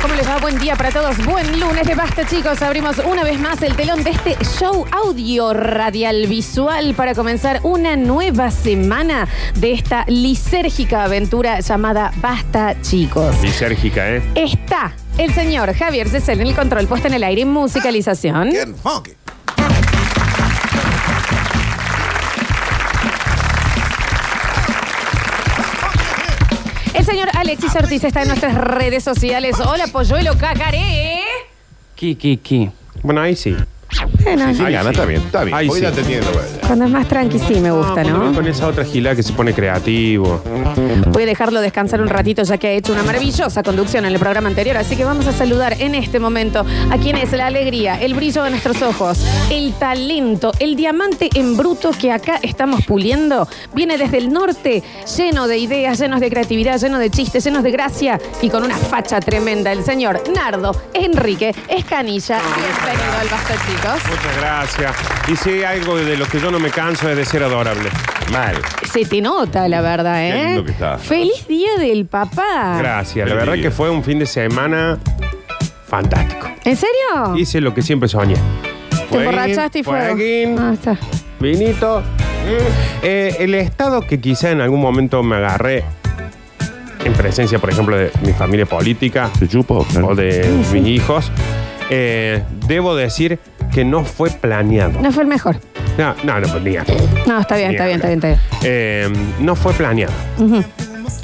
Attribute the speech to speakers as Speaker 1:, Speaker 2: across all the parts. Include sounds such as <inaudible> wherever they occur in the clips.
Speaker 1: ¿Cómo les va? Buen día para todos. Buen lunes de basta, chicos. Abrimos una vez más el telón de este show audio radial visual para comenzar una nueva semana de esta lisérgica aventura llamada Basta, chicos.
Speaker 2: Lisérgica, ¿eh?
Speaker 1: Está el señor Javier Cesel en el control, puesta en el aire y musicalización.
Speaker 3: Getting funky.
Speaker 1: El señor Alexis Ortiz está en nuestras redes sociales. Hola, Polluelo Cacaré.
Speaker 4: Ki, ki, ki.
Speaker 2: Bueno, ahí sí.
Speaker 1: Bueno,
Speaker 2: Sí,
Speaker 3: Ahí gana,
Speaker 2: sí.
Speaker 3: está bien, está bien.
Speaker 2: Ahí
Speaker 3: Hoy
Speaker 2: sí.
Speaker 3: la te tiene, güey.
Speaker 1: cuando es más tranqui sí me gusta,
Speaker 2: cuando
Speaker 1: ¿no?
Speaker 2: ven Ah, Con esa otra gila que se pone creativo.
Speaker 1: Voy a dejarlo descansar un ratito ya que ha hecho una maravillosa conducción en el programa anterior, así que vamos a saludar en este momento a quien es la alegría, el brillo de nuestros ojos, el talento, el diamante en bruto que acá estamos puliendo. Viene desde el norte, lleno de ideas, llenos de creatividad, lleno de chistes, llenos de gracia y con una facha tremenda. El señor Nardo Enrique Escanilla.
Speaker 3: Ah,
Speaker 1: Bienvenido al Basta, chicos.
Speaker 2: Muchas gracias. Y si hay algo de lo que yo no me canso es de ser adorable.
Speaker 3: Mal.
Speaker 1: Se te nota, la verdad, ¿eh?
Speaker 3: Qué lindo que está.
Speaker 1: ¡Feliz Día del Papá!
Speaker 2: Gracias. La
Speaker 3: Feliz
Speaker 2: verdad
Speaker 3: día.
Speaker 2: que fue un fin de semana fantástico.
Speaker 1: ¿En serio?
Speaker 2: Hice lo que siempre soñé.
Speaker 1: Ah. Te emborrachaste y fue.
Speaker 2: fueguín,
Speaker 1: Ah, está.
Speaker 2: Vinito. Mm. Eh, el estado que quizá en algún momento me agarré en presencia, por ejemplo, de mi familia política
Speaker 3: ¿Se chupa o
Speaker 2: o de mis hijos, eh, debo decir que no fue planeado.
Speaker 1: No fue el mejor.
Speaker 2: No, no, no, pues, ni a-
Speaker 1: No, está bien,
Speaker 2: ni
Speaker 1: está bien, está bien,
Speaker 2: hablar.
Speaker 1: está bien.
Speaker 2: Eh, no fue planeado.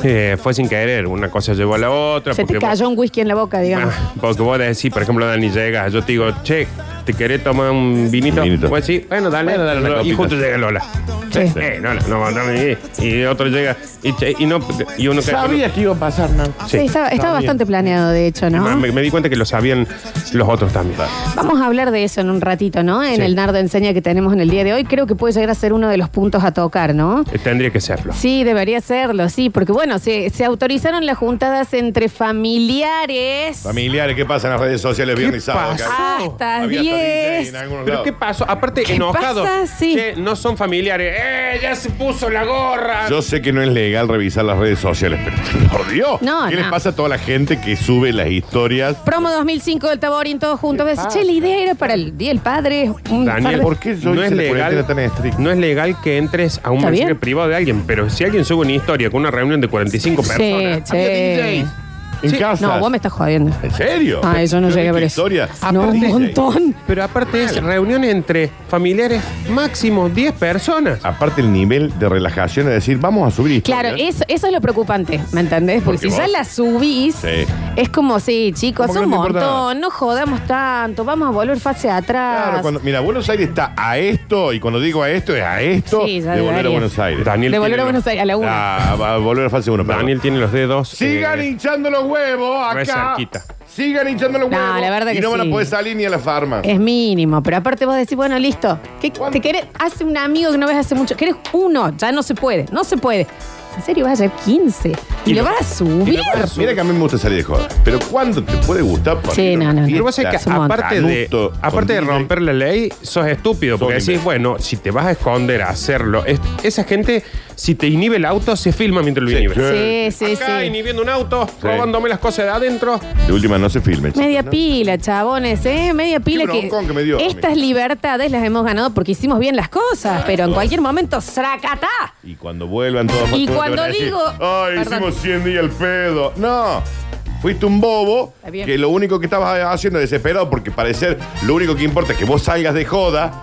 Speaker 2: Eh, fue sin querer, una cosa llevó a la otra.
Speaker 1: Se te
Speaker 2: porque
Speaker 1: cayó un whisky en la boca, digamos.
Speaker 2: Ah, Porque vos decís, por ejemplo, Dani llega, yo te digo, che, ¿te querés tomar un vinito?
Speaker 3: Un vinito.
Speaker 2: Vos decís, bueno, dale,
Speaker 3: Bueno, dale una
Speaker 2: Y
Speaker 3: copita.
Speaker 2: justo llega Lola.
Speaker 1: Sí.
Speaker 2: Eh, Lola, no, no, y, y otro llega, y, che, y no, y uno cae con-
Speaker 5: Sabía que iba a pasar, ¿no?
Speaker 2: Ah,
Speaker 1: Sí, estaba, estaba bastante planeado, de hecho, ¿no?
Speaker 2: Me, me di cuenta que lo sabían los otros también.
Speaker 1: Vamos a hablar de eso en un ratito, ¿no? En
Speaker 2: Sí.
Speaker 1: el Nardo Enseña que tenemos en el día de hoy. Creo que puede llegar a ser uno de los puntos a tocar, ¿no?
Speaker 2: Eh, Tendría que serlo.
Speaker 1: Sí, debería serlo, sí, porque bueno, se, se autorizaron las juntadas entre familiares
Speaker 3: Familiares, ¿qué pasa en las redes sociales viernes y sábado?
Speaker 2: pasa?
Speaker 3: acá?
Speaker 1: hasta
Speaker 3: Oh, Había hasta DJ
Speaker 1: 10.
Speaker 3: en algunos
Speaker 2: ¿Pero
Speaker 3: lados.
Speaker 2: qué pasó? Aparte,
Speaker 1: ¿Qué
Speaker 2: enojado.
Speaker 1: pasa? Sí.
Speaker 2: Che, no son familiares. ¡Eh! Ya se puso la gorra.
Speaker 3: Yo sé que no es legal revisar las redes sociales, pero <laughs> por Dios.
Speaker 1: No,
Speaker 3: ¿Qué
Speaker 1: no.
Speaker 3: les pasa a toda la gente que sube las historias?
Speaker 1: Promo 2005 del Taborín, todos juntos. Ves, Che, la idea era para el Día del Padre. un par
Speaker 2: Daniel,
Speaker 1: de-
Speaker 3: ¿por qué yo
Speaker 2: no es
Speaker 3: hice la
Speaker 2: legal?
Speaker 3: cuarentena tan estricta?
Speaker 2: No es legal que entres a un
Speaker 1: ¿Está
Speaker 2: mensaje
Speaker 1: bien?
Speaker 2: privado de alguien, pero si alguien sube una historia con una reunión de 45
Speaker 1: Sí,
Speaker 2: personas.
Speaker 1: che.
Speaker 3: En casa.
Speaker 1: No, vos me estás jodiendo.
Speaker 3: ¿En serio?
Speaker 1: Ah, eso no
Speaker 3: Yo
Speaker 1: llegué a
Speaker 3: vi
Speaker 1: ver eso. Ah,
Speaker 3: historias.
Speaker 1: No, un
Speaker 3: Aparte-
Speaker 1: montón.
Speaker 2: Pero aparte es reunión entre familiares, máximo 10 personas.
Speaker 3: Aparte el nivel de relajación es decir, vamos a subir historias.
Speaker 1: Claro, eso, eso es lo preocupante, ¿me entendés? Porque,
Speaker 3: Porque
Speaker 1: si ya
Speaker 3: vos-
Speaker 1: la subís,
Speaker 3: Sí.
Speaker 1: es como, sí, chicos,
Speaker 3: Como que
Speaker 1: un
Speaker 3: no te importa
Speaker 1: montón, no jodamos tanto, vamos a volver fase atrás.
Speaker 3: Claro, cuando, mira, Buenos Aires está a esto, y cuando digo a esto es a esto,
Speaker 1: Sí, ya
Speaker 3: de volver a
Speaker 1: debería.
Speaker 3: Buenos Aires.
Speaker 2: Daniel
Speaker 1: De volver
Speaker 2: tiene
Speaker 1: a Buenos
Speaker 2: los-
Speaker 1: Aires, a la una.
Speaker 3: Ah, va a volver a fase 1,
Speaker 2: Daniel tiene los dedos.
Speaker 3: Sigan
Speaker 2: eh,
Speaker 3: hinchando los huevos
Speaker 2: re
Speaker 3: acá.
Speaker 2: cerquita.
Speaker 3: Sigan hinchando los
Speaker 1: No,
Speaker 3: huevos.
Speaker 1: la verdad
Speaker 3: y
Speaker 1: que
Speaker 3: no van
Speaker 1: sí. Eh,
Speaker 3: a poder salir ni a la farma.
Speaker 1: Es mínimo, pero aparte vos decís, bueno, listo. ¿Qué, ¿Te querés? Hace un amigo que no ves hace mucho. ¿Querés uno? Ya no se puede, no se puede. ¿En serio vas a hacer 15? ¿Y,
Speaker 2: Y
Speaker 1: lo
Speaker 2: lo-
Speaker 1: vas a subir?
Speaker 3: Mira que a mí me gusta salir de joda. Pero ¿cuándo te puede gustar? para
Speaker 1: Sí,
Speaker 3: ir
Speaker 1: no,
Speaker 3: a una
Speaker 1: no, no.
Speaker 2: Pero
Speaker 3: fiesta?
Speaker 2: vos sabés que
Speaker 1: un montón.
Speaker 2: aparte de,
Speaker 3: Canuto, con
Speaker 2: aparte de
Speaker 3: DJ.
Speaker 2: romper la ley, sos estúpido. Porque
Speaker 3: Sos
Speaker 2: decís,
Speaker 3: imbécil.
Speaker 2: bueno, si te vas a esconder a hacerlo, es- esa gente, si te inhibe el auto, se filma mientras lo
Speaker 3: Sí,
Speaker 2: inhibe.
Speaker 3: claro.
Speaker 1: Sí, sí,
Speaker 2: Acá
Speaker 1: sí.
Speaker 2: inhibiendo un auto, robándome las cosas de adentro.
Speaker 3: De última no se filme. chicos,
Speaker 1: Media
Speaker 3: ¿no?
Speaker 1: pila, chabones, ¿eh? Media pila que,
Speaker 3: broncón que me dio,
Speaker 1: estas
Speaker 3: amigo.
Speaker 1: libertades las hemos ganado porque hicimos bien las cosas, pero en cualquier momento, ¡sracatá!
Speaker 3: Y cuando vuelvan todos
Speaker 1: Y
Speaker 3: todos te van
Speaker 1: cuando
Speaker 3: a decir,
Speaker 1: digo-
Speaker 3: Ay,
Speaker 1: Perdón.
Speaker 3: hicimos 100 días al pedo. No. Fuiste un bobo
Speaker 1: Está bien.
Speaker 3: que lo único que estabas haciendo es desesperado porque parecer lo único que importa es que vos salgas de joda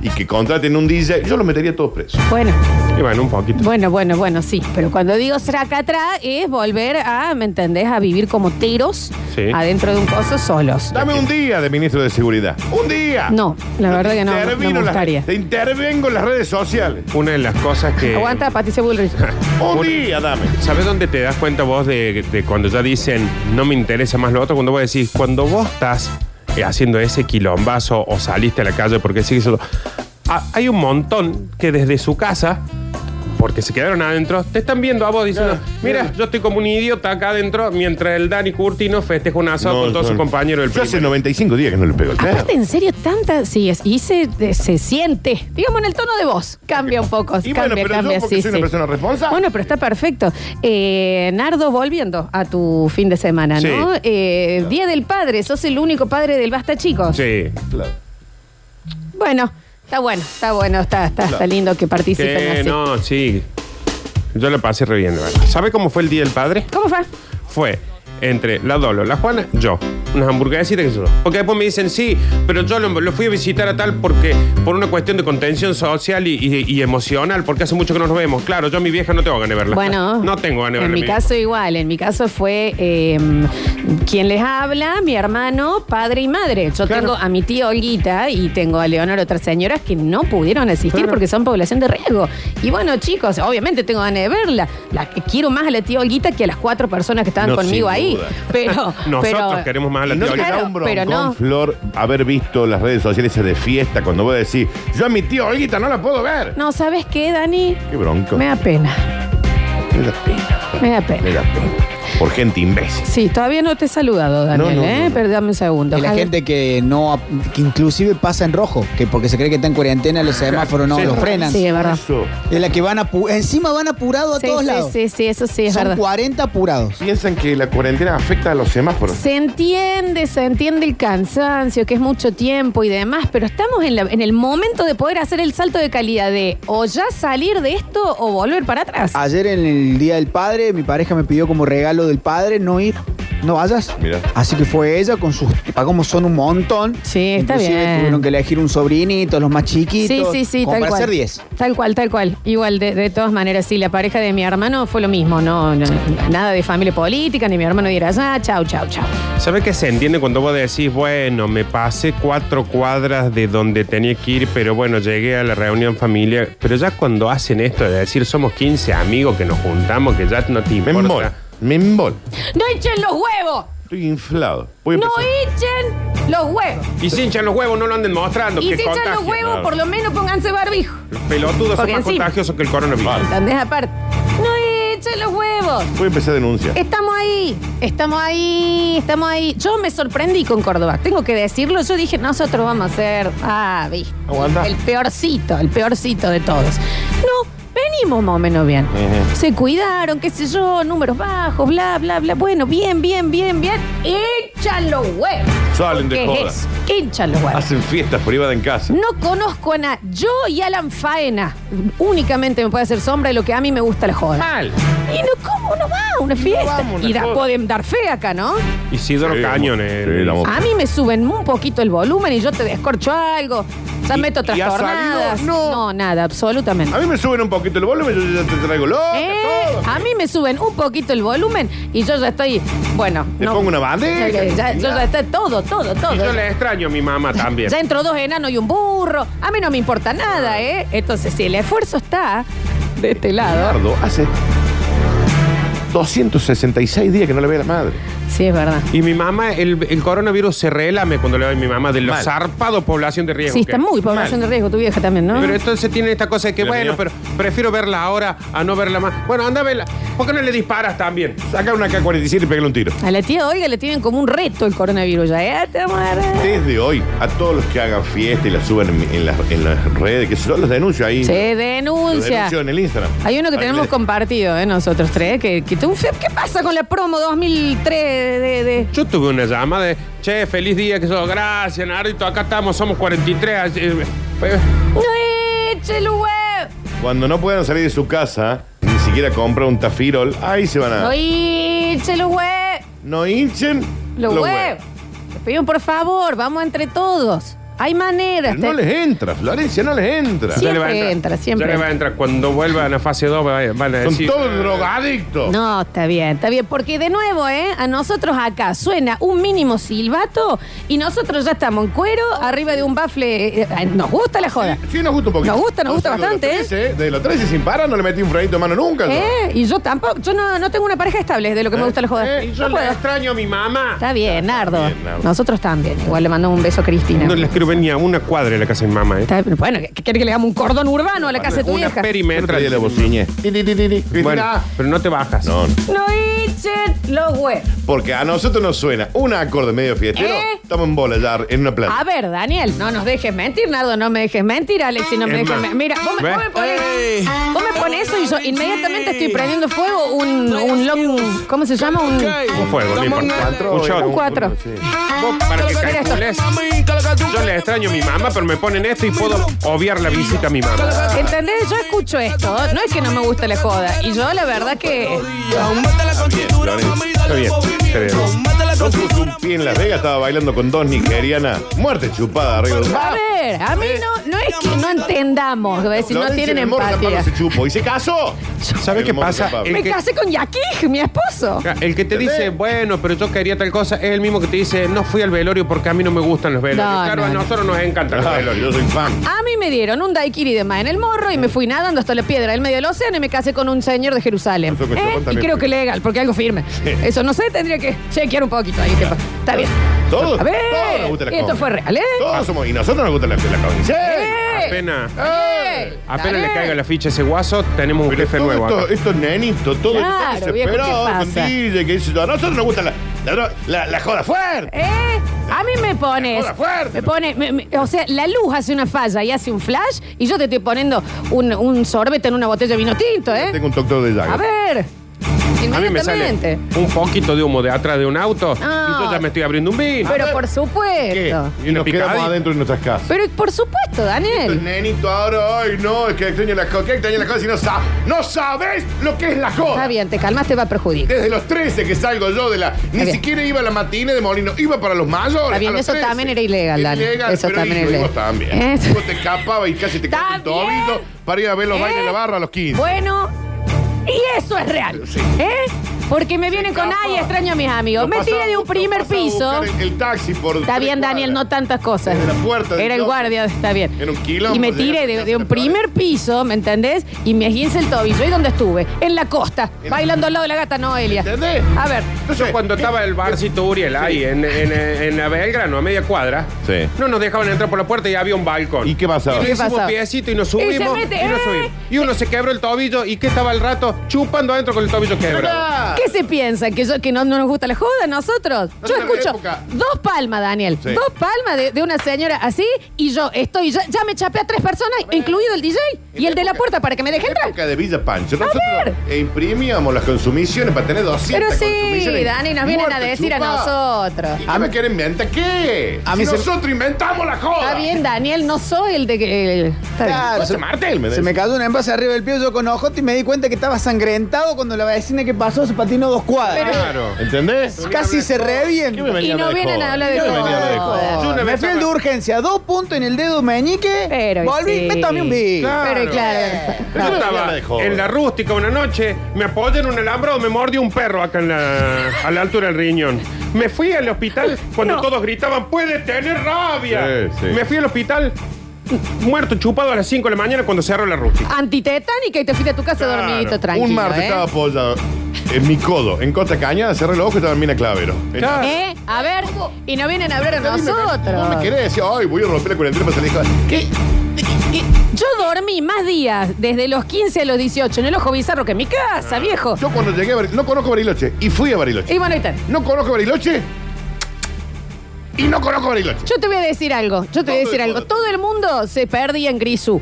Speaker 3: y que contraten un DJ. Yo los metería todos presos.
Speaker 1: Bueno,
Speaker 2: Y bueno, un poquito.
Speaker 1: bueno, bueno, bueno, sí. Pero cuando digo sracatá es volver a, ¿me entendés? A vivir como teros
Speaker 2: Sí.
Speaker 1: adentro de un coso solos.
Speaker 3: Dame un día de ministro de seguridad. Un día.
Speaker 1: No, la
Speaker 3: Yo
Speaker 1: verdad
Speaker 3: te
Speaker 1: que no, no me
Speaker 3: intervino en las-
Speaker 1: gustaría.
Speaker 3: te intervengo en las redes sociales.
Speaker 2: Una de las cosas que.
Speaker 1: Aguanta, Patricia Bullrich.
Speaker 3: <laughs> Un
Speaker 2: Una-
Speaker 3: día, dame.
Speaker 2: ¿Sabes dónde te das cuenta vos de, de cuando ya dicen no me interesa más lo otro? Cuando vos decís, cuando vos estás eh, haciendo ese quilombazo o saliste a la calle porque sigues. Ah, hay un montón que desde su casa, porque se quedaron adentro, te están viendo a vos diciendo,
Speaker 3: Claro,
Speaker 2: mira,
Speaker 3: claro.
Speaker 2: yo estoy como un idiota acá adentro, mientras el Dani Curtino festeja un asado con todos sus compañeros del
Speaker 3: Yo hace
Speaker 2: primer.
Speaker 3: 95 días que no le pego el perro.
Speaker 1: Aparte, en serio, tanta. Sí, es- y se, de- se siente. Digamos, en el tono de voz. Cambia un poco. cambia,
Speaker 3: Y bueno, pero yo
Speaker 1: cambia.
Speaker 3: porque
Speaker 1: sí,
Speaker 3: soy una
Speaker 1: sí.
Speaker 3: persona responsable.
Speaker 1: Bueno, pero está perfecto. Eh, Nardo, volviendo a tu fin de semana,
Speaker 2: Sí.
Speaker 1: ¿no? Eh, Día del padre. Sos el único padre del Basta, chicos.
Speaker 2: Sí.
Speaker 3: Claro.
Speaker 1: Bueno, está bueno, está bueno. Está, está, está
Speaker 3: Claro.
Speaker 1: lindo que participen
Speaker 2: Que
Speaker 1: así.
Speaker 2: no, sí. Yo la pasé re bien, de verdad. ¿Sabe cómo fue el Día del Padre?
Speaker 1: ¿Cómo fue?
Speaker 2: Fue entre la Dolo, la Juana, yo. Unas hamburguesitas que yo. Porque después me dicen, sí, pero yo lo, lo fui a visitar a tal porque por una cuestión de contención social y, y- y emocional, porque hace mucho que no nos vemos. Claro, yo a mi vieja no tengo ganas de <laughs> verla.
Speaker 1: Bueno,
Speaker 2: No tengo ganas de verla.
Speaker 1: En mi
Speaker 2: mira.
Speaker 1: caso igual, en mi caso fue eh, quien les habla, mi hermano, padre y madre. Yo
Speaker 2: Claro.
Speaker 1: tengo a mi tía Olguita y tengo a Leonor, otras señoras que no pudieron asistir
Speaker 2: Claro.
Speaker 1: porque son población de riesgo. Y bueno, chicos, obviamente tengo ganas de verla. La que quiero más a la tía Olguita que a las cuatro personas que estaban
Speaker 3: No,
Speaker 1: conmigo
Speaker 3: sin
Speaker 1: ahí.
Speaker 3: duda.
Speaker 1: <laughs> Pero,
Speaker 2: <laughs> Nosotros
Speaker 1: pero-
Speaker 2: queremos más a la
Speaker 3: Y no
Speaker 2: tía
Speaker 3: te
Speaker 1: Claro,
Speaker 2: Olga.
Speaker 3: da un
Speaker 1: pero
Speaker 3: broncón,
Speaker 1: no.
Speaker 3: Flor, haber visto las redes sociales esas de fiesta cuando vos decís, yo a mi tío Olguita no la puedo ver.
Speaker 1: No, ¿sabes qué, Dani?
Speaker 3: Qué bronco.
Speaker 1: Me da pena,
Speaker 3: Me da pena.
Speaker 1: me da
Speaker 3: Me
Speaker 1: pena.
Speaker 3: da pena. Por gente imbécil.
Speaker 1: Sí, todavía no te he saludado, Daniel,
Speaker 3: No, no,
Speaker 1: ¿eh?
Speaker 3: no, no.
Speaker 1: Pero dame un segundo.
Speaker 5: De la
Speaker 1: Javi.
Speaker 5: gente que no, que inclusive pasa en rojo, que porque se cree que está en cuarentena los semáforos no
Speaker 2: Sí.
Speaker 5: los frenan.
Speaker 1: Sí, es verdad.
Speaker 3: Eso.
Speaker 5: Es la que van apu- encima van apurado a
Speaker 1: Sí,
Speaker 5: todos
Speaker 1: sí,
Speaker 5: lados.
Speaker 1: sí, sí, eso sí es
Speaker 5: Son
Speaker 1: verdad.
Speaker 5: 40 apurados.
Speaker 3: Piensan que la cuarentena afecta a los semáforos.
Speaker 1: Se entiende, se entiende el cansancio, que es mucho tiempo y demás, pero estamos en, la- en el momento de poder hacer el salto de calidad de o ya salir de esto o volver para atrás.
Speaker 5: Ayer en el Día del Padre, mi pareja me pidió como regalo del padre no ir, no vayas.
Speaker 3: Mira.
Speaker 5: Así que fue ella con sus, pa, como son un montón.
Speaker 1: Sí, está
Speaker 5: Inclusive
Speaker 1: bien.
Speaker 5: Tuvieron que elegir un sobrinito, los más
Speaker 1: Sí,
Speaker 5: chiquitos.
Speaker 1: sí, sí,
Speaker 5: como
Speaker 1: tal
Speaker 5: para
Speaker 1: cual.
Speaker 5: ser 10.
Speaker 1: Tal cual, tal cual. Igual, de, de todas maneras, sí, la pareja de mi hermano fue lo mismo, no, no, nada de familia política, ni mi hermano de ir allá, chau, chau, chau.
Speaker 2: ¿Sabe qué se entiende cuando vos decís, bueno, me pasé cuatro cuadras de donde tenía que ir, pero bueno, llegué a la reunión familiar? Pero ya cuando hacen esto de decir, somos 15 amigos que nos juntamos, que ya no te
Speaker 3: Me embol.
Speaker 2: importa.
Speaker 3: Me embol.
Speaker 1: ¡No echen los huevos!
Speaker 3: Estoy inflado. Voy a
Speaker 1: ¡No
Speaker 3: empezar.
Speaker 1: echen los huevos!
Speaker 2: Y se hinchan los huevos, no lo anden mostrando.
Speaker 1: Y
Speaker 2: que
Speaker 1: si echan los
Speaker 2: contagian.
Speaker 1: huevos, por lo menos pónganse barbijo.
Speaker 2: Los pelotudos son
Speaker 1: Porque
Speaker 2: más
Speaker 1: encima-
Speaker 2: contagiosos que el coronavirus.
Speaker 3: Vale.
Speaker 1: ¿Entendés? Aparte, ¡no echen los huevos!
Speaker 3: Voy a empezar a denunciar.
Speaker 1: Estamos ahí, estamos ahí, estamos ahí. Yo me sorprendí con Córdoba, tengo que decirlo. Yo dije, nosotros vamos a ser, ah, viste,
Speaker 3: Aguanta.
Speaker 1: el peorcito, el peorcito de todos. No, venimos más o menos bien.
Speaker 3: Ujú.
Speaker 1: Se cuidaron, qué sé yo, números bajos, bla, bla, bla. Bueno, bien, bien, bien, bien. Echan los huevos.
Speaker 3: Salen de
Speaker 1: ¿Qué
Speaker 3: joda.
Speaker 1: es? Echan los huevos.
Speaker 3: Hacen fiestas privadas en casa.
Speaker 1: No conozco a nada. Yo y Alan Faena únicamente me puede hacer sombra de lo que a mí me gusta la joda.
Speaker 2: Mal.
Speaker 1: Y no, ¿cómo uno va a una fiesta?
Speaker 3: vamos a una
Speaker 1: y da-
Speaker 3: joda.
Speaker 1: pueden dar fe acá, ¿no?
Speaker 2: Isidro
Speaker 3: Sí,
Speaker 2: Cañones.
Speaker 3: sí, la mo-
Speaker 1: A mí me suben un poquito el volumen y yo te descorcho algo. Ya
Speaker 3: ¿Y-
Speaker 1: meto
Speaker 3: y ha
Speaker 1: trastornadas.
Speaker 3: salido? No.
Speaker 1: nada, absolutamente.
Speaker 3: A mí me suben un poquito el volumen, yo ya te traigo loca,
Speaker 1: Eh,
Speaker 3: todo.
Speaker 1: a mí me suben un poquito el volumen y yo ya estoy. Bueno,
Speaker 3: Te pongo una bandeja.
Speaker 1: Ya- ya- yo ya estoy todo, todo, todo.
Speaker 2: Y yo le extraño a mi mamá también.
Speaker 1: Ya entró dos enanos y un burro. A mí no me importa nada, ¿eh? Entonces, si el esfuerzo está de este lado.
Speaker 3: Leonardo hace 266 días que no le ve a la madre.
Speaker 1: Sí, es verdad.
Speaker 2: Y mi mamá, el, el coronavirus se relame cuando le doy a mi mamá de los
Speaker 3: Mal.
Speaker 2: zarpados población de riesgo.
Speaker 1: Sí,
Speaker 2: que-
Speaker 1: está muy población de riesgo, tu vieja también, ¿no?
Speaker 2: Pero entonces tiene esta cosa de que,
Speaker 3: La
Speaker 2: bueno,
Speaker 3: mía.
Speaker 2: pero prefiero verla ahora a no verla más. Bueno, anda a verla. ¿Por qué no le disparas también?
Speaker 3: Saca una K-47 y pégale un tiro.
Speaker 1: A la tía Olga le tienen como un reto el coronavirus ya, ¿eh? Te vamos a dar-
Speaker 3: Desde hoy, a todos los que hagan fiesta y la suben en, en las, en las redes, que son los denuncios ahí.
Speaker 1: Se
Speaker 3: Los
Speaker 1: denuncia.
Speaker 3: denuncio en el Instagram.
Speaker 1: Hay uno que
Speaker 3: Ahí
Speaker 1: tenemos
Speaker 3: le-
Speaker 1: compartido, ¿eh? Nosotros tres, que, que tú- ¿Qué pasa con la promo 2003 de...? de-
Speaker 2: Yo tuve una llamada de, che, feliz día, que sos, gracias, Narito, acá estamos, somos 43. eh, eh,
Speaker 1: ¡No eche el huevo!
Speaker 3: Cuando no puedan salir de su casa, ni siquiera comprar un tafirol, ahí se van a.
Speaker 1: ¡No eche el huevo!
Speaker 3: No hinchen
Speaker 1: Los
Speaker 3: los
Speaker 1: huevos. Les pedimos, por favor, vamos entre todos. Hay este, maneras.
Speaker 3: Pero No
Speaker 1: te-
Speaker 3: les entra, Florencia, no les entra.
Speaker 1: Sí.
Speaker 2: ya le va a
Speaker 1: Siempre
Speaker 2: entrar.
Speaker 1: entra, siempre
Speaker 2: Ya le va a entrar. Cuando vuelvan a fase 2 van a
Speaker 3: Son
Speaker 2: decir... "Eh,
Speaker 3: todos drogadictos.
Speaker 1: No, está bien, está bien. Porque de nuevo, ¿eh? A nosotros acá suena un mínimo silbato y nosotros ya estamos en cuero arriba de un bafle. eh, eh, nos gusta la joda.
Speaker 3: Sí, nos gusta un poquito.
Speaker 1: Nos gusta, nos gusta
Speaker 3: Yo salgo
Speaker 1: bastante,
Speaker 3: De los 13, de los 13 sin parar no le metí un frenito de mano nunca. yo.
Speaker 1: ¿Eh? Y yo tampoco, yo no, no tengo una pareja estable de lo que me gusta la joda.
Speaker 2: Eh,
Speaker 1: No
Speaker 2: yo le
Speaker 1: puedo.
Speaker 2: extraño a mi mamá.
Speaker 1: Está bien, Nardo.
Speaker 3: bien, Nardo.
Speaker 1: Nosotros también. Igual le mandamos un beso a Cristina.
Speaker 2: No le escribo quiero venir a una cuadra de la casa de mi mamá, ¿eh?
Speaker 1: Está- bueno, ¿qué quiere que le hagamos un cordón urbano a la casa de tu
Speaker 2: Una
Speaker 1: vieja?
Speaker 3: Yo
Speaker 2: perimetral.
Speaker 3: traía la bociñé. Ti, ti, ti, ti, ti.
Speaker 2: Bueno,
Speaker 3: Cristina.
Speaker 2: pero no te bajas.
Speaker 3: No, no.
Speaker 1: No echen los huevos.
Speaker 3: Porque a nosotros nos suena un acorde medio fiestero.
Speaker 1: ¿Eh?
Speaker 3: Estamos en bola ya, en una planta.
Speaker 1: A ver, Daniel, no nos dejes mentir, Nardo, no me dejes mentir, Alexi, no me dejes
Speaker 2: Es más.
Speaker 1: mentir. Mira, vos me,
Speaker 2: Ve.
Speaker 1: vos me pones, vos me pones eso y yo inmediatamente estoy prendiendo fuego un, un long, ¿cómo se llama? Un,
Speaker 2: Un fuego, no importa.
Speaker 3: Cuatro,
Speaker 2: Un shot.
Speaker 1: un cuatro.
Speaker 2: Vos, para que
Speaker 1: Mira esto.
Speaker 2: calcules, yo le extraño a mi mamá, pero me ponen esto y puedo obviar la visita a mi mamá.
Speaker 1: ¿Entendés? Yo escucho esto, no es que no me gusta la joda. Y yo la verdad que
Speaker 2: Está bien, está bien.
Speaker 3: Yo puse un pie en Las Vegas, estaba bailando con dos nigerianas. Muerte chupada arriba. de un-
Speaker 1: A ver, a mí no, no es que no entendamos, voy a decir, no
Speaker 3: Ah, Florencia
Speaker 1: tienen
Speaker 3: del Moro Campano
Speaker 1: empatía.
Speaker 3: se chupó y se casó.
Speaker 2: ¿Sabe
Speaker 3: El
Speaker 2: qué
Speaker 3: Moro
Speaker 2: pasa? Eh,
Speaker 3: Campano.
Speaker 2: El
Speaker 1: Me
Speaker 2: que-
Speaker 1: casé con Yaquij, mi esposo.
Speaker 2: El que te dice, bueno, pero yo quería tal cosa, es el mismo que te dice, no fui al velorio porque a mí no me gustan los velorios.
Speaker 1: No,
Speaker 2: claro,
Speaker 1: no,
Speaker 2: a
Speaker 1: no.
Speaker 2: nosotros nos encantan los
Speaker 3: Ah,
Speaker 2: velorios.
Speaker 3: Yo soy fan.
Speaker 1: A mí me dieron un daiquiri de más en el morro y me fui nadando hasta la piedra del medio del océano y me casé con un señor de Jerusalén.
Speaker 3: Nosotros con
Speaker 1: ¿Eh?
Speaker 3: Chopin
Speaker 1: Y
Speaker 3: también
Speaker 1: creo
Speaker 3: fui.
Speaker 1: que legal, porque algo firme. Eso no sé, tendría que chequear un poquito ahí. qué pasa. Está bien.
Speaker 3: Todos.
Speaker 1: A ver,
Speaker 3: Todos nos gusta la
Speaker 1: y esto
Speaker 3: comida.
Speaker 1: fue real, ¿eh?
Speaker 3: Todos somos. Y nosotros nos gusta la, la comida.
Speaker 1: ¡Eh!
Speaker 2: Apenas,
Speaker 1: ¡Eh!
Speaker 2: apenas
Speaker 1: Daniel.
Speaker 2: le caiga la ficha a ese guaso, tenemos un
Speaker 3: Pero
Speaker 2: jefe
Speaker 3: todo
Speaker 2: nuevo.
Speaker 3: esto-
Speaker 2: acá.
Speaker 3: Estos nenitos, todo
Speaker 1: Claro,
Speaker 3: esto
Speaker 1: viejo,
Speaker 3: desesperado,
Speaker 1: ¿qué
Speaker 3: con
Speaker 1: pasa?
Speaker 3: DJ, que dice, a nosotros nos gusta la, la, la- la joda fuerte.
Speaker 1: ¿Eh? A mí me pones.
Speaker 3: Hola, fuerte.
Speaker 1: Me pone. me- me- o sea, la luz hace una falla y hace un flash y yo te estoy poniendo un, un sorbete en una botella de vino tinto, ¿eh?
Speaker 3: Tengo un doctor de llaga.
Speaker 1: A ver.
Speaker 2: A mí me
Speaker 1: Inmediatamente.
Speaker 2: sale un poquito de humo de atrás de un auto
Speaker 1: Ah.
Speaker 2: y yo ya me estoy abriendo un vino.
Speaker 1: Pero por
Speaker 3: ¿Qué?
Speaker 1: supuesto.
Speaker 3: Y nos
Speaker 2: Una
Speaker 3: quedamos
Speaker 2: picadita.
Speaker 3: adentro de nuestras casas.
Speaker 1: Pero por supuesto,
Speaker 3: El
Speaker 1: Daniel.
Speaker 3: nenito ahora, ay no, es que extraño la joda, que extraño la joda, si no, sa- no sabes lo que es la joda.
Speaker 1: Está bien, te calmas, te va a perjudicar.
Speaker 3: Desde los 13 que salgo yo de la. Ni
Speaker 1: bien.
Speaker 3: siquiera iba a la matina de Molino, iba para los mayores.
Speaker 1: Está bien,
Speaker 3: a los
Speaker 1: eso
Speaker 3: 13.
Speaker 1: también era ilegal, Dani. Eso
Speaker 3: pero
Speaker 1: también
Speaker 3: iba,
Speaker 1: era
Speaker 3: y
Speaker 1: ilegal.
Speaker 3: vos también.
Speaker 1: Eso-
Speaker 3: Vos te escapabas y casi te
Speaker 1: Está
Speaker 3: caes un
Speaker 1: bien.
Speaker 3: tobillo para ir a ver los
Speaker 1: ¿Eh?
Speaker 3: bailes de la barra a los 15.
Speaker 1: Bueno, y eso es real.
Speaker 3: Sí.
Speaker 1: ¿Eh? Porque me vienen con,
Speaker 3: escapa.
Speaker 1: ay, extraño a mis amigos.
Speaker 3: Lo
Speaker 1: Me
Speaker 3: pasaba-
Speaker 1: tiré de un
Speaker 3: lo
Speaker 1: primer
Speaker 3: pasaba a
Speaker 1: piso.
Speaker 3: buscar El, el taxi por.
Speaker 1: Está
Speaker 3: tres
Speaker 1: bien, Daniel, no
Speaker 3: cuadras.
Speaker 1: tantas cosas.
Speaker 3: Desde la puerta del
Speaker 1: Era el
Speaker 3: kiosco.
Speaker 1: guardia, está bien.
Speaker 3: Era un quilombo
Speaker 1: Y me
Speaker 3: llegar
Speaker 1: tiré
Speaker 3: a
Speaker 1: de,
Speaker 3: la
Speaker 1: de un
Speaker 3: casa de
Speaker 1: primer piso, ¿me entendés? Y me esguince el tobillo. ¿Y dónde estuve? En la costa,
Speaker 3: En-
Speaker 1: bailando al lado de la gata Noelia.
Speaker 3: ¿Entendés?
Speaker 1: A ver,
Speaker 3: Entonces,
Speaker 2: Cuando estaba el barcito Uriel ahí en, en, en la Belgrano, a media cuadra,
Speaker 3: Sí.
Speaker 2: no nos dejaban entrar por la puerta y había un balcón.
Speaker 3: ¿Y qué pasaba?
Speaker 2: Y
Speaker 1: ¿Qué
Speaker 2: le hicimos
Speaker 1: pasaba?
Speaker 2: piecito y nos
Speaker 1: Y se
Speaker 2: subimos y,
Speaker 1: mete,
Speaker 2: nos
Speaker 1: ¡eh!
Speaker 2: subimos. Y uno se quebró el tobillo y que estaba al rato chupando adentro con el tobillo quebrado.
Speaker 1: ¿qué se piensa? ¿Que, yo, que no, no nos gusta la joda a nosotros? Yo
Speaker 3: Nosotros en la
Speaker 1: escucho
Speaker 3: época-
Speaker 1: dos palmas, Daniel.
Speaker 3: Sí.
Speaker 1: Dos palmas de, de una señora así y yo estoy, ya, ya me chapé a tres personas, incluido el DJ y el de la
Speaker 3: época-
Speaker 1: puerta para que me deje
Speaker 3: En la
Speaker 1: entrar.
Speaker 3: época de Villa Pancho, nosotros
Speaker 1: ver.
Speaker 3: e imprimíamos las consumiciones para tener 200
Speaker 1: Pero sí,
Speaker 3: consumiciones.
Speaker 1: Dani, nos vienen a
Speaker 3: Muerte,
Speaker 1: decir a
Speaker 3: chupa.
Speaker 1: nosotros.
Speaker 3: ¿Y qué me quieren inventar? ¿Qué?
Speaker 5: A
Speaker 3: Si
Speaker 5: mí se-
Speaker 3: nosotros inventamos la joda.
Speaker 1: Está bien, Daniel, no soy el de que. Está bien.
Speaker 5: Claro,
Speaker 3: Vos
Speaker 5: se,
Speaker 3: te Martel, me
Speaker 5: se me cayó una envase arriba del pie, yo con ojote y me di cuenta que estaba sangrentado cuando la vecina que pasó se patinó dos cuadras.
Speaker 2: Claro.
Speaker 3: ¿Entendés?
Speaker 5: Casi se revienta.
Speaker 3: ¿Qué me venía
Speaker 1: Y no
Speaker 3: de
Speaker 1: vienen
Speaker 3: joda?
Speaker 1: a hablar de
Speaker 3: ¿Qué me venía
Speaker 1: joda?
Speaker 3: de joda?
Speaker 2: Yo una
Speaker 5: me
Speaker 2: vez
Speaker 5: fui al de
Speaker 2: estaba-
Speaker 5: urgencia, dos puntos en el dedo meñique.
Speaker 1: Pero
Speaker 5: volví,
Speaker 1: sí.
Speaker 5: me tomé un vino.
Speaker 1: Pero
Speaker 2: Claro.
Speaker 1: claro.
Speaker 2: Yo estaba
Speaker 3: de joda.
Speaker 2: en la rústica una noche, me apoyé en un alambrado, me mordió un perro acá en la, a la altura del riñón. Me fui al
Speaker 1: <laughs>
Speaker 2: hospital cuando todos gritaban, puede tener rabia.
Speaker 3: Sí, sí.
Speaker 2: Me fui al hospital muerto, chupado a las 5 de la mañana cuando cerró la rústica.
Speaker 1: Antitetánica y te fuiste a tu casa
Speaker 2: Claro.
Speaker 1: dormidito, tranquilo.
Speaker 3: Un martes
Speaker 1: ¿eh?
Speaker 3: estaba apoyado en mi codo, en Costa Cañada, cerré los ojos y estaba en Mina Clavero.
Speaker 2: Claro.
Speaker 1: ¿Eh? A ver, y no vienen a hablar a
Speaker 3: Nadie me-
Speaker 1: nosotros.
Speaker 3: No me querés decir, ay, voy a romper la cuarentena para salir de joda. ¿Qué?
Speaker 1: Yo dormí más días, desde los 15 a los 18, en el ojo bizarro que en mi casa, viejo.
Speaker 3: Ah. Yo cuando llegué a Bariloche, no conozco Bariloche, y fui a Bariloche.
Speaker 1: Y bueno, ahí está.
Speaker 3: No conozco Bariloche, y no conozco Bariloche.
Speaker 1: Yo te voy a decir algo, yo te voy a
Speaker 3: Todo
Speaker 1: decir
Speaker 3: el
Speaker 1: algo.
Speaker 3: mundo.
Speaker 1: Todo el mundo se perdía en Grisú.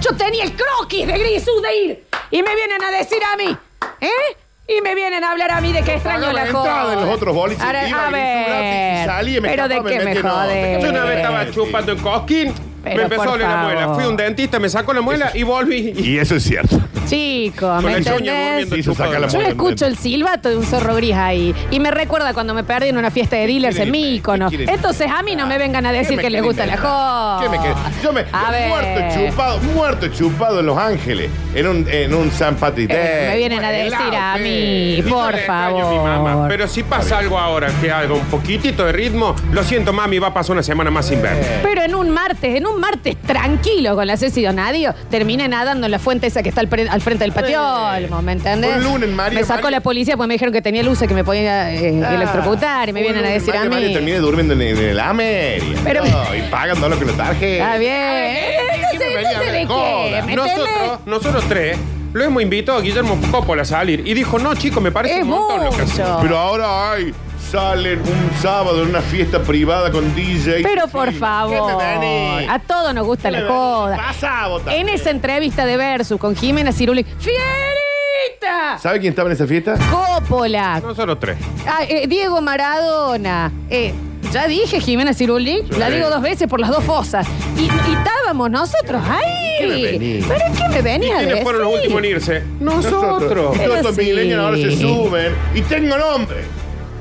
Speaker 1: Yo tenía el croquis de Grisú de ir. Y me vienen a decir a mí, ¿eh? Y me vienen a hablar a mí de que extraño
Speaker 3: Pagaba
Speaker 1: la
Speaker 3: la entrada
Speaker 1: joda.
Speaker 3: de los otros boliches,
Speaker 1: Ahora,
Speaker 3: iba
Speaker 1: a
Speaker 3: a Grisú gratis
Speaker 1: ver,
Speaker 3: y salí y me
Speaker 1: pero de
Speaker 3: escapaba,
Speaker 1: qué me,
Speaker 3: me metí en otra.
Speaker 1: jodés.
Speaker 2: Yo una vez estaba
Speaker 3: Eh.
Speaker 2: chupando en Cosquín,
Speaker 1: Pero,
Speaker 2: me empezó
Speaker 1: por
Speaker 2: a doler la
Speaker 1: favor.
Speaker 2: muela. Fui a un dentista, me sacó la muela y volví.
Speaker 3: Y eso es cierto.
Speaker 1: Chicos,
Speaker 2: Con
Speaker 1: ¿me
Speaker 2: el sueño
Speaker 1: entendés?
Speaker 2: durmiendo
Speaker 3: Sí, se
Speaker 2: chupado.
Speaker 3: saca la
Speaker 1: Yo
Speaker 3: muela.
Speaker 1: escucho el silbato de un zorro gris ahí y me recuerda cuando me perdí en una fiesta de dealers en
Speaker 3: quieren inventar?
Speaker 1: Mícono.
Speaker 3: ¿Qué quieren Ah,
Speaker 1: Entonces a mí no me vengan a decir
Speaker 3: me
Speaker 1: que les gusta
Speaker 3: quieren
Speaker 1: la joda.
Speaker 3: inventar? ¿Qué me quieren? Yo me
Speaker 1: A ver.
Speaker 3: muerto chupado, muerto chupado en Los Ángeles, en un, en un San Patrick
Speaker 1: Eh,
Speaker 3: Day.
Speaker 1: me vienen a decir a mí,
Speaker 2: Y yo
Speaker 1: por
Speaker 2: le extraño a mi mamá,
Speaker 1: favor.
Speaker 2: Pero si pasa algo ahora que haga un poquitito de ritmo, lo siento, mami, va a pasar una semana más sin
Speaker 1: Eh,
Speaker 2: ver.
Speaker 1: ¿ah, Pero en un martes, en un martes tranquilo con la Ceci Donadio, terminé nadando en la fuente esa que está al pre- al frente del patiolmo, ¿me entendés?
Speaker 3: Fue un lunes, María,
Speaker 1: me sacó
Speaker 3: María.
Speaker 1: la policía porque me dijeron que tenía luces que me podía eh,
Speaker 3: Ah,
Speaker 1: electrocutar y me vienen a
Speaker 3: Uy,
Speaker 1: decir a
Speaker 3: Mario,
Speaker 1: mí.
Speaker 3: Mario, termine durmiendo en, el- en el AMER.
Speaker 1: Pero-
Speaker 3: Pero... y pagándolo con la tarjeta.
Speaker 1: Está Ah, bien.
Speaker 3: ¿Quién me venía a hablar de joda?
Speaker 1: ¿me entendés?
Speaker 2: Nosotros, nosotros tres, lo hemos invitado a Guillermo Coppola a salir y dijo, no, chicos, me parece
Speaker 1: Es
Speaker 2: un montón lo que hacen".
Speaker 1: mucho.
Speaker 3: Pero ahora hay. Salen un sábado en una fiesta privada con DJ.
Speaker 1: Pero por favor,
Speaker 3: ¿Qué me venís?
Speaker 1: a todos nos gusta
Speaker 3: ¿Qué me
Speaker 1: la
Speaker 3: venís?
Speaker 1: joda.
Speaker 3: Pasa a votar.
Speaker 1: En esa entrevista de Versus con Jimena Ciruli, ¡Fierita!
Speaker 3: ¿Sabe quién estaba en esa fiesta?
Speaker 1: Coppola,
Speaker 2: Nosotros tres.
Speaker 1: Ah, eh, Diego Maradona. Eh, ya dije Jimena Cirulli,
Speaker 3: Sí.
Speaker 1: la digo dos veces por las dos fosas. Y, y estábamos nosotros
Speaker 3: ¿Qué me
Speaker 1: ahí.
Speaker 3: venís?
Speaker 1: ¿Pero qué me
Speaker 2: ¿Y
Speaker 1: venía a
Speaker 2: quiénes
Speaker 1: decir?
Speaker 2: fueron los últimos en irse?
Speaker 3: Y
Speaker 2: Nosotros.
Speaker 1: Pero
Speaker 3: todos estos
Speaker 1: sí.
Speaker 3: millennials ahora se suben. Y tengo nombre.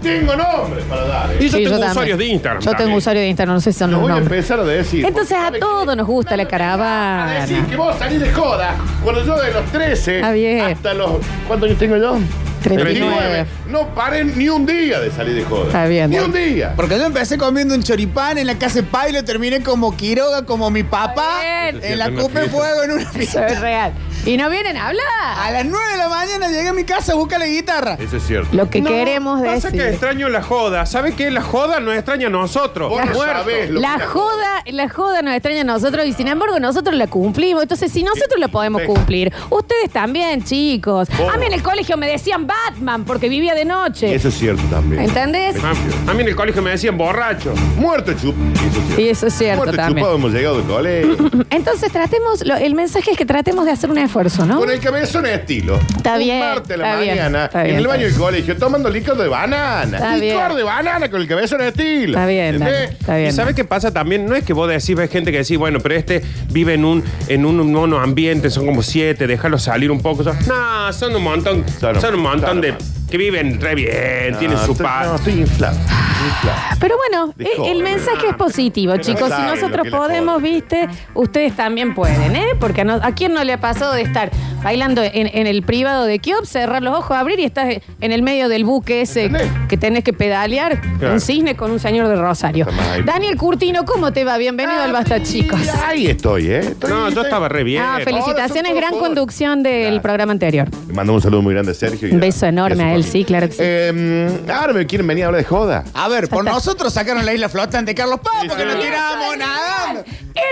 Speaker 3: Tengo nombre para dar. ¿eh?
Speaker 2: Y yo
Speaker 1: Sí,
Speaker 2: tengo
Speaker 1: también.
Speaker 2: usuarios de Instagram.
Speaker 1: Yo tengo
Speaker 2: también.
Speaker 1: usario de Instagram, no sé si son
Speaker 3: Lo
Speaker 1: los
Speaker 3: voy a
Speaker 1: nombres.
Speaker 3: empezar a decir.
Speaker 1: Entonces a
Speaker 3: ¿Sabe qué?
Speaker 1: todos nos gusta la caravana.
Speaker 3: A decir que vos salís de joda cuando yo de los 13
Speaker 1: Está bien.
Speaker 3: hasta los. ¿Cuántos años tengo yo?
Speaker 1: 39.
Speaker 3: No paré ni un día de salir de joda.
Speaker 1: Está bien.
Speaker 3: Ni un día.
Speaker 5: Porque yo empecé comiendo un choripán en la casa de Pailo, terminé como Quiroga, como mi papá,
Speaker 1: Está bien.
Speaker 5: en la Copa de Fuego, en una
Speaker 1: Eso es
Speaker 5: fiesta.
Speaker 1: real. Y no vienen a hablar.
Speaker 5: A las 9 de la mañana llegué a mi casa a buscar la guitarra.
Speaker 3: Eso es cierto.
Speaker 1: Lo que
Speaker 2: No,
Speaker 1: queremos
Speaker 2: pasa
Speaker 1: decir.
Speaker 2: que extraño la joda. ¿Sabe qué? La joda nos extraña a nosotros.
Speaker 3: Vos no
Speaker 2: Muerto.
Speaker 3: sabés lo que
Speaker 1: La
Speaker 3: era
Speaker 1: joda, la joda nos extraña a nosotros y sin embargo nosotros la cumplimos. Entonces, si nosotros la podemos
Speaker 3: Sí.
Speaker 1: cumplir, ustedes también, chicos.
Speaker 3: Vos.
Speaker 1: A mí en el colegio me decían Batman porque vivía de noche.
Speaker 3: Eso es cierto también.
Speaker 1: ¿Entendés?
Speaker 2: A, a mí en el colegio me decían borracho.
Speaker 3: Muerto chup. Eso es cierto.
Speaker 1: Y eso es cierto
Speaker 3: Muerto
Speaker 1: también.
Speaker 3: chupado hemos llegado al colegio.
Speaker 1: Entonces tratemos, lo- el mensaje es que tratemos de hacer un esfuerzo, ¿no?
Speaker 3: Con el cabezón de estilo.
Speaker 1: Está bien,
Speaker 3: Un martes a la
Speaker 1: está bien,
Speaker 3: mañana,
Speaker 1: está bien,
Speaker 3: en el
Speaker 1: está
Speaker 3: baño del colegio, tomando licor de banana.
Speaker 1: Está
Speaker 3: licor
Speaker 1: bien.
Speaker 3: de banana con el cabezón de estilo.
Speaker 1: Está bien,
Speaker 3: ¿Entendés?
Speaker 1: Dani, está bien.
Speaker 2: ¿Y sabes qué pasa también? No es que vos decís, ves gente que decís, bueno, pero este vive en un, en un mono ambiente, son como siete, déjalo salir un poco. Son- no, son un montón.
Speaker 3: Son un-
Speaker 2: Son un montón
Speaker 3: son
Speaker 2: de.
Speaker 3: un-
Speaker 2: que viven re bien, tienen
Speaker 3: No,
Speaker 2: su
Speaker 3: estoy-
Speaker 2: paz.
Speaker 3: No, estoy inflado. estoy inflado.
Speaker 1: Pero bueno, eh,
Speaker 3: Disculpe,
Speaker 1: el mensaje es
Speaker 2: Batman.
Speaker 1: positivo,
Speaker 3: Ah, Pero
Speaker 1: chicos. Si
Speaker 3: saben lo
Speaker 1: nosotros
Speaker 3: que es la
Speaker 1: podemos,
Speaker 3: joda.
Speaker 1: viste, ustedes también pueden, ¿eh? Porque a, no- ¿a quién no le ha pasado de estar bailando en, en el privado de Kiosk, cerrar los ojos, abrir y estás en el medio del buque ese
Speaker 3: ¿Entendés?
Speaker 1: que tenés que pedalear,
Speaker 2: Claro.
Speaker 1: un cisne con un señor de Rosario.
Speaker 3: Está mal.
Speaker 1: Daniel Curtino, ¿cómo te va? Bienvenido al Basta, chicos.
Speaker 3: Ah, Ahí estoy, ¿eh? Estoy-
Speaker 2: No, yo estaba re bien.
Speaker 1: Ah,
Speaker 3: Ahora
Speaker 1: felicitaciones,
Speaker 3: son
Speaker 1: gran
Speaker 3: todos
Speaker 1: conducción del
Speaker 3: Claro.
Speaker 1: programa anterior.
Speaker 3: Le mando un saludo muy grande a Sergio. y
Speaker 1: Un
Speaker 3: a-
Speaker 1: beso
Speaker 3: y a
Speaker 1: enorme
Speaker 3: su
Speaker 1: a él,
Speaker 3: familia.
Speaker 1: sí, claro que sí.
Speaker 3: Eh, ahora me quieren venir a hablar de joda.
Speaker 5: A ver, por nosotros sacaron la isla flotante, Carlos Paz, porque
Speaker 3: sí.
Speaker 5: no
Speaker 1: Eso
Speaker 5: tirábamos
Speaker 1: es
Speaker 5: nada.
Speaker 1: real.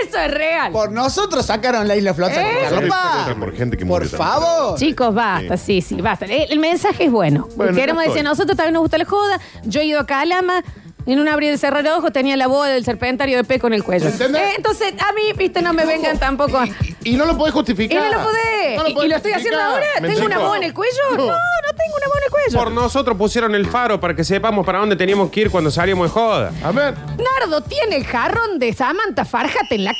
Speaker 1: Eso es real.
Speaker 5: Por nosotros sacaron la isla flotante,
Speaker 1: Eh.
Speaker 5: Carlos Paz.
Speaker 3: Por gente que
Speaker 5: Por
Speaker 3: murió también.
Speaker 5: favor.
Speaker 1: Chicos, basta, sí, sí, basta. El, el mensaje es bueno.
Speaker 3: Bueno,
Speaker 1: Queremos
Speaker 3: ya
Speaker 1: decir,
Speaker 3: estoy.
Speaker 1: nosotros también nos gusta la joda. Yo he ido a Calama, en un abrir y cerrar de ojos tenía la boda del serpentario de peco en el cuello.
Speaker 3: ¿Entendés?
Speaker 1: Eh, entonces, a mí, viste, no me vengan tampoco. a-
Speaker 3: Y no lo podés
Speaker 1: Y
Speaker 3: justificar.
Speaker 1: no lo podés.
Speaker 3: No lo
Speaker 1: Y-
Speaker 3: podés
Speaker 1: y, lo estoy haciendo
Speaker 3: justificar.
Speaker 1: ahora.
Speaker 3: Me
Speaker 1: ¿Tengo una
Speaker 3: chico.
Speaker 1: boda en el cuello? No,
Speaker 3: No.
Speaker 1: no, tengo una boda en el cuello.
Speaker 2: Por nosotros pusieron el faro para que sepamos para dónde teníamos que ir cuando salíamos de joda.
Speaker 3: A ver.
Speaker 1: Nardo tiene el jarrón de Samantha Farjate en la
Speaker 3: A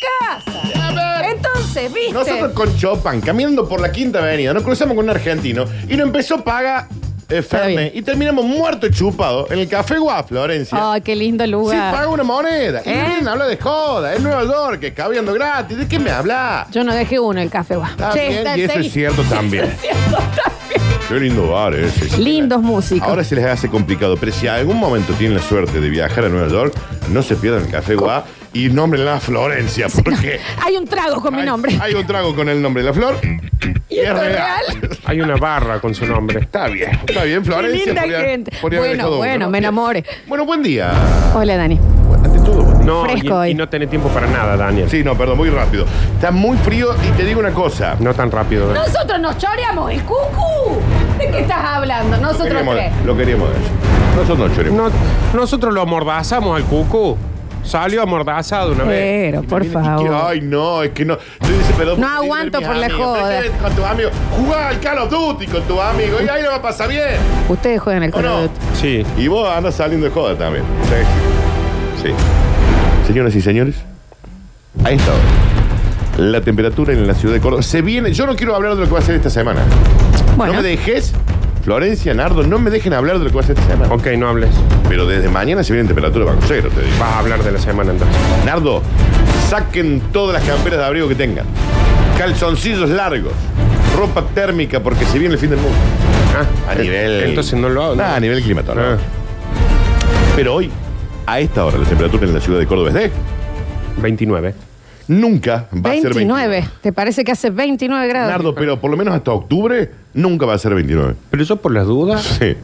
Speaker 1: casa.
Speaker 3: ver.
Speaker 1: Entonces, viste.
Speaker 3: Nosotros con Chopin, caminando por la quinta avenida, nos cruzamos con un argentino y nos empezó paga eh,
Speaker 1: bien.
Speaker 3: Fernet y terminamos muerto y chupado en el Café Guá, Florencia.
Speaker 1: Ay, qué lindo
Speaker 3: Sí,
Speaker 1: lugar.
Speaker 3: paga una moneda. Y
Speaker 1: ¿Eh?
Speaker 3: vienen a hablar de joda. Es Nueva York, que cabiendo gratis. ¿De qué me habla?
Speaker 1: Yo no dejé uno el café, guau.
Speaker 3: Está
Speaker 1: Che,
Speaker 3: bien,
Speaker 1: está
Speaker 3: y eso
Speaker 1: seis- <laughs>
Speaker 3: es cierto también. Qué lindo bar ese.
Speaker 1: Lindos músicos. <laughs>
Speaker 3: Ahora se les hace complicado, pero si algún momento tienen la suerte de viajar a Nueva York, no se pierdan el Café Guá y nómbrenla a Florencia, porque
Speaker 1: Hay un trago con mi
Speaker 3: hay-
Speaker 1: nombre.
Speaker 3: Hay, un trago con el nombre de la flor y, es
Speaker 1: esto es
Speaker 3: real.
Speaker 1: real.
Speaker 2: Hay una barra con su nombre.
Speaker 3: Está bien, está bien, Florencia.
Speaker 1: Qué linda
Speaker 3: podría-
Speaker 1: gente.
Speaker 3: podría haber
Speaker 1: Bueno,
Speaker 3: dejado uno,
Speaker 1: bueno,
Speaker 3: ¿no?
Speaker 1: me enamore.
Speaker 3: Bueno, buen día.
Speaker 1: Hola, Dani.
Speaker 3: Ante todo, buen día.
Speaker 2: No, y-
Speaker 1: Fresco hoy.
Speaker 2: y, no tenés tiempo para nada, Daniel.
Speaker 3: Sí, no, perdón, muy rápido. Está muy frío y te digo una cosa.
Speaker 2: No tan rápido. ¿eh? ¿verdad?
Speaker 1: Nosotros nos choreamos el cucu. ¿De qué estás hablando?
Speaker 3: Lo
Speaker 1: Nosotros
Speaker 3: queríamos,
Speaker 1: tres.
Speaker 3: lo queríamos decir. Nosotros no choremos.
Speaker 2: No- nosotros lo amordazamos al cucú. Salió amordazado una vez.
Speaker 1: Pero, por
Speaker 3: Viene Eh, y quiere-
Speaker 1: favor.
Speaker 3: Ay, no, es que no. Yo dice, perdón,
Speaker 1: No
Speaker 3: por decirle
Speaker 1: aguanto
Speaker 3: mis
Speaker 1: por la
Speaker 3: amigos.
Speaker 1: joda.
Speaker 3: Pero ustedes Con tu amigo. Jugá al Call of Duty con tu amigo y ahí lo va a pasar bien.
Speaker 1: Ustedes juegan el
Speaker 3: ¿O no?
Speaker 1: corredor.
Speaker 2: Sí.
Speaker 3: Y vos andas saliendo de joda también. Sí. Sí. Señoras y señores, ahí está. La temperatura en la ciudad de Córdoba se viene. Yo no quiero hablar de lo que va a ser esta semana.
Speaker 1: Bueno,
Speaker 3: No me dejes, Florencia, Nardo, no me dejen hablar de lo que va a ser esta semana.
Speaker 2: Ok, no hables.
Speaker 3: Pero desde mañana se viene temperatura bajo cero, te digo.
Speaker 2: Vas a hablar de la semana entonces.
Speaker 3: Nardo, saquen todas las camperas de abrigo que tengan. Calzoncillos largos. Ropa térmica porque se viene el fin del mundo.
Speaker 2: Ah,
Speaker 3: A
Speaker 2: en-
Speaker 3: nivel.
Speaker 2: Entonces no lo hago.
Speaker 3: Nah, a nivel climatológico.
Speaker 2: Ah,
Speaker 3: Pero hoy, a esta hora, la temperatura en la ciudad de Córdoba es de
Speaker 2: 29.
Speaker 3: Nunca va a ser
Speaker 1: 29. ¿Te parece que hace 29 grados?
Speaker 3: Nardo, pero por lo menos hasta octubre nunca va a ser 29.
Speaker 2: Pero yo por las dudas.
Speaker 3: Sí.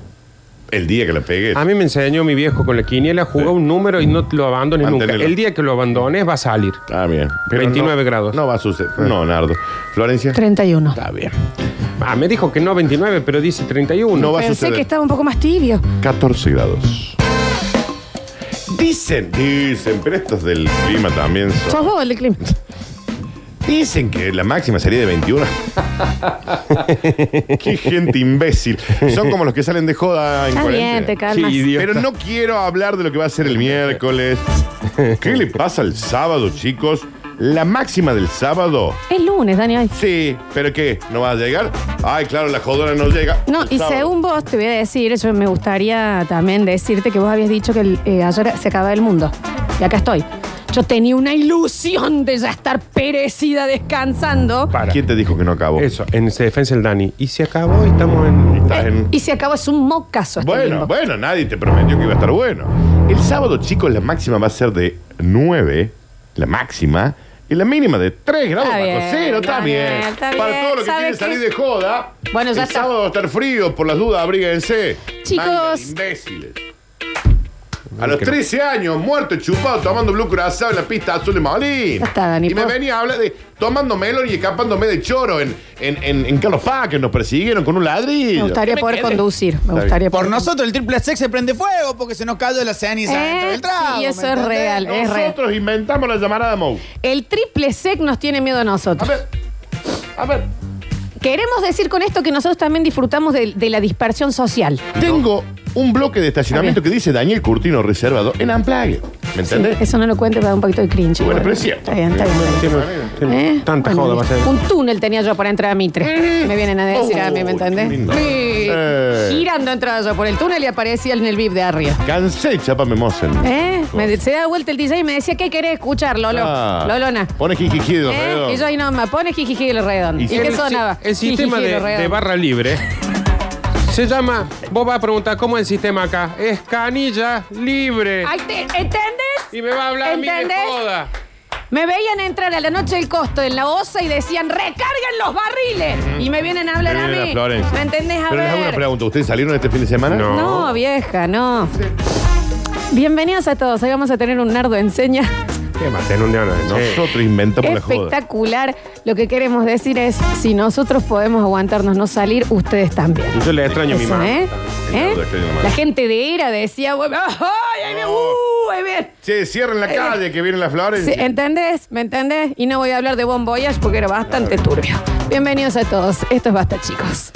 Speaker 3: El día que la pegué.
Speaker 2: A mí me enseñó mi viejo con la quiniela, jugó un número y no lo abandones nunca.
Speaker 3: Manténelo.
Speaker 2: El día que lo abandones va a salir.
Speaker 3: Ah, bien.
Speaker 2: 29
Speaker 3: no-
Speaker 2: grados.
Speaker 3: No va a suceder. No, Nardo. Florencia.
Speaker 1: 31.
Speaker 3: Está bien.
Speaker 2: Ah, me dijo que no 29, pero dice 31.
Speaker 3: No va a
Speaker 1: Pensé
Speaker 3: suceder.
Speaker 1: que estaba un poco más tibio.
Speaker 3: 14 grados. Dicen, dicen, pero estos del clima también son-
Speaker 1: Sos vos el de clima.
Speaker 3: Dicen que la máxima sería de 21. Qué gente imbécil. Son como los que salen de joda en
Speaker 1: Está bien,
Speaker 3: cuarentena.
Speaker 1: te calmas.
Speaker 2: Sí, idiota.
Speaker 3: Pero no quiero hablar de lo que va a ser el miércoles. ¿Qué le pasa el sábado, chicos? La máxima del sábado.
Speaker 1: es lunes, Dani, hoy.
Speaker 3: Sí, pero ¿qué? ¿No va a llegar? Ay, claro, la jodona no llega.
Speaker 1: No,
Speaker 3: El
Speaker 1: y
Speaker 3: sábado.
Speaker 1: según vos, te voy a decir, yo me gustaría también decirte que vos habías dicho que el- eh, ayer se acababa el mundo. Y acá estoy. Yo tenía una ilusión de ya estar perecida descansando.
Speaker 2: Para.
Speaker 3: ¿Quién te dijo que no acabó?
Speaker 2: Eso, en se defensa el Dani. Y se acabó y estamos en.
Speaker 3: Estás en-
Speaker 1: Y se acabó, es un mocazo. este
Speaker 3: Bueno,
Speaker 1: limbo.
Speaker 3: bueno, nadie te prometió que iba a estar bueno. El sábado, chicos, la máxima va a ser de 9, la máxima, y la mínima de 3 grados
Speaker 1: Está
Speaker 3: bajo
Speaker 1: bien,
Speaker 3: cero, está
Speaker 1: Daniel,
Speaker 3: bien.
Speaker 1: está
Speaker 3: Para
Speaker 1: bien.
Speaker 3: todo lo que
Speaker 1: ¿Sabe
Speaker 3: quiere
Speaker 1: qué?
Speaker 3: salir de joda,
Speaker 1: Bueno, ya
Speaker 3: el
Speaker 1: está.
Speaker 3: sábado va a estar frío, por las dudas, abríguense.
Speaker 1: Chicos.
Speaker 3: Manga de imbéciles. A los 13 años, muerto y chupado, tomando blue curazao en la pista azul de Molín.
Speaker 1: Ya está, Dani, pues.
Speaker 3: y me
Speaker 1: por-
Speaker 3: venía a hablar de tomando melón y escapándome de choro en, en, en, en Carlos Paz, que nos persiguieron con un ladrillo.
Speaker 1: Me gustaría poder conducir. Me
Speaker 3: bien.
Speaker 1: gustaría
Speaker 5: Por
Speaker 1: poder-
Speaker 5: nosotros el triple sex se prende fuego porque se nos cayó la ceniza
Speaker 1: Eh,
Speaker 5: dentro del trago.
Speaker 1: sí,
Speaker 5: ¿me
Speaker 1: eso es
Speaker 5: entendés?
Speaker 1: real. es real.
Speaker 3: Nosotros inventamos la llamada de Mou.
Speaker 1: El triple sec nos tiene miedo a
Speaker 3: A
Speaker 1: nosotros.
Speaker 3: ver, a ver.
Speaker 1: Queremos decir con esto que nosotros también disfrutamos de, de la dispersión social.
Speaker 3: Tengo un bloque de estacionamiento que dice Daniel Curtino reservado en Amplague. ¿Me entendés?
Speaker 1: Eso no lo cuento, me da un poquito de cringe.
Speaker 3: Bueno,
Speaker 1: igual.
Speaker 3: pero es cierto.
Speaker 1: Está bien, está bien.
Speaker 2: Tiene- tiene
Speaker 1: ¿Eh?
Speaker 2: Tanta
Speaker 1: Bueno,
Speaker 2: joda va a ser.
Speaker 1: Un túnel tenía yo para entrar a Mitre. Me vienen a decir
Speaker 3: Oh,
Speaker 1: a mí, ¿me entendés?
Speaker 3: qué lindo.
Speaker 1: Sí.
Speaker 3: Eh.
Speaker 1: Girando entraba yo por el túnel y aparecía en el VIP de arriba.
Speaker 3: Cansé, chapa Memosen.
Speaker 1: ¿Eh? Me de- se da vuelta el DJ y me decía, ¿qué querés escuchar, Lolo?
Speaker 3: Ah.
Speaker 1: Lolona.
Speaker 3: Pone jijiji de los
Speaker 1: ¿Eh?
Speaker 3: redondos.
Speaker 1: Y yo ahí nomás, pone jijiji el redondo.
Speaker 3: Y
Speaker 1: ¿Y,
Speaker 3: si
Speaker 1: qué
Speaker 3: el-
Speaker 1: sonaba?
Speaker 2: El sistema
Speaker 1: Jijiji
Speaker 2: de,
Speaker 1: lo redondo.
Speaker 2: de barra libre se llama. Vos vas a preguntar cómo es el sistema acá. Es canilla libre.
Speaker 1: Ay, te- ¿Entendés?
Speaker 2: Y me va a hablar a mí de
Speaker 1: ¿Entendés?
Speaker 2: joda.
Speaker 1: Me veían entrar a la noche del costo en la OSA y decían, recarguen los barriles. Y me vienen a hablar
Speaker 3: Pero viene
Speaker 1: a
Speaker 3: la
Speaker 1: mí.
Speaker 3: Florencia.
Speaker 1: ¿Me entendés? A
Speaker 3: Pero les hago una
Speaker 1: ver.
Speaker 3: pregunta. ¿Ustedes salieron este fin de semana?
Speaker 2: No.
Speaker 1: No, vieja, no. Bienvenidos a todos. Hoy vamos a tener un nardo enseña
Speaker 2: ¿Qué más? En un día no es, eh.
Speaker 3: Nosotros inventamos la joda.
Speaker 1: espectacular. Lo que queremos decir es, si nosotros podemos aguantarnos no salir, ustedes también.
Speaker 2: Yo le extraño a mi
Speaker 1: Eso,
Speaker 2: mamá.
Speaker 1: ¿eh?
Speaker 3: El
Speaker 1: ¿Eh?
Speaker 3: nardo extraño a mi mamá.
Speaker 1: La gente de era decía, bueno, ¡ay, ahí viene! ¡Uh, ahí viene!
Speaker 3: Che, cierren la calle que viene la
Speaker 1: Eh, Sí,
Speaker 3: Florencia.
Speaker 1: ¿Entendés? ¿Me entendés? Y no voy a hablar de Bon Voyage porque era bastante turbio. Bienvenidos a todos. Esto es Basta, chicos.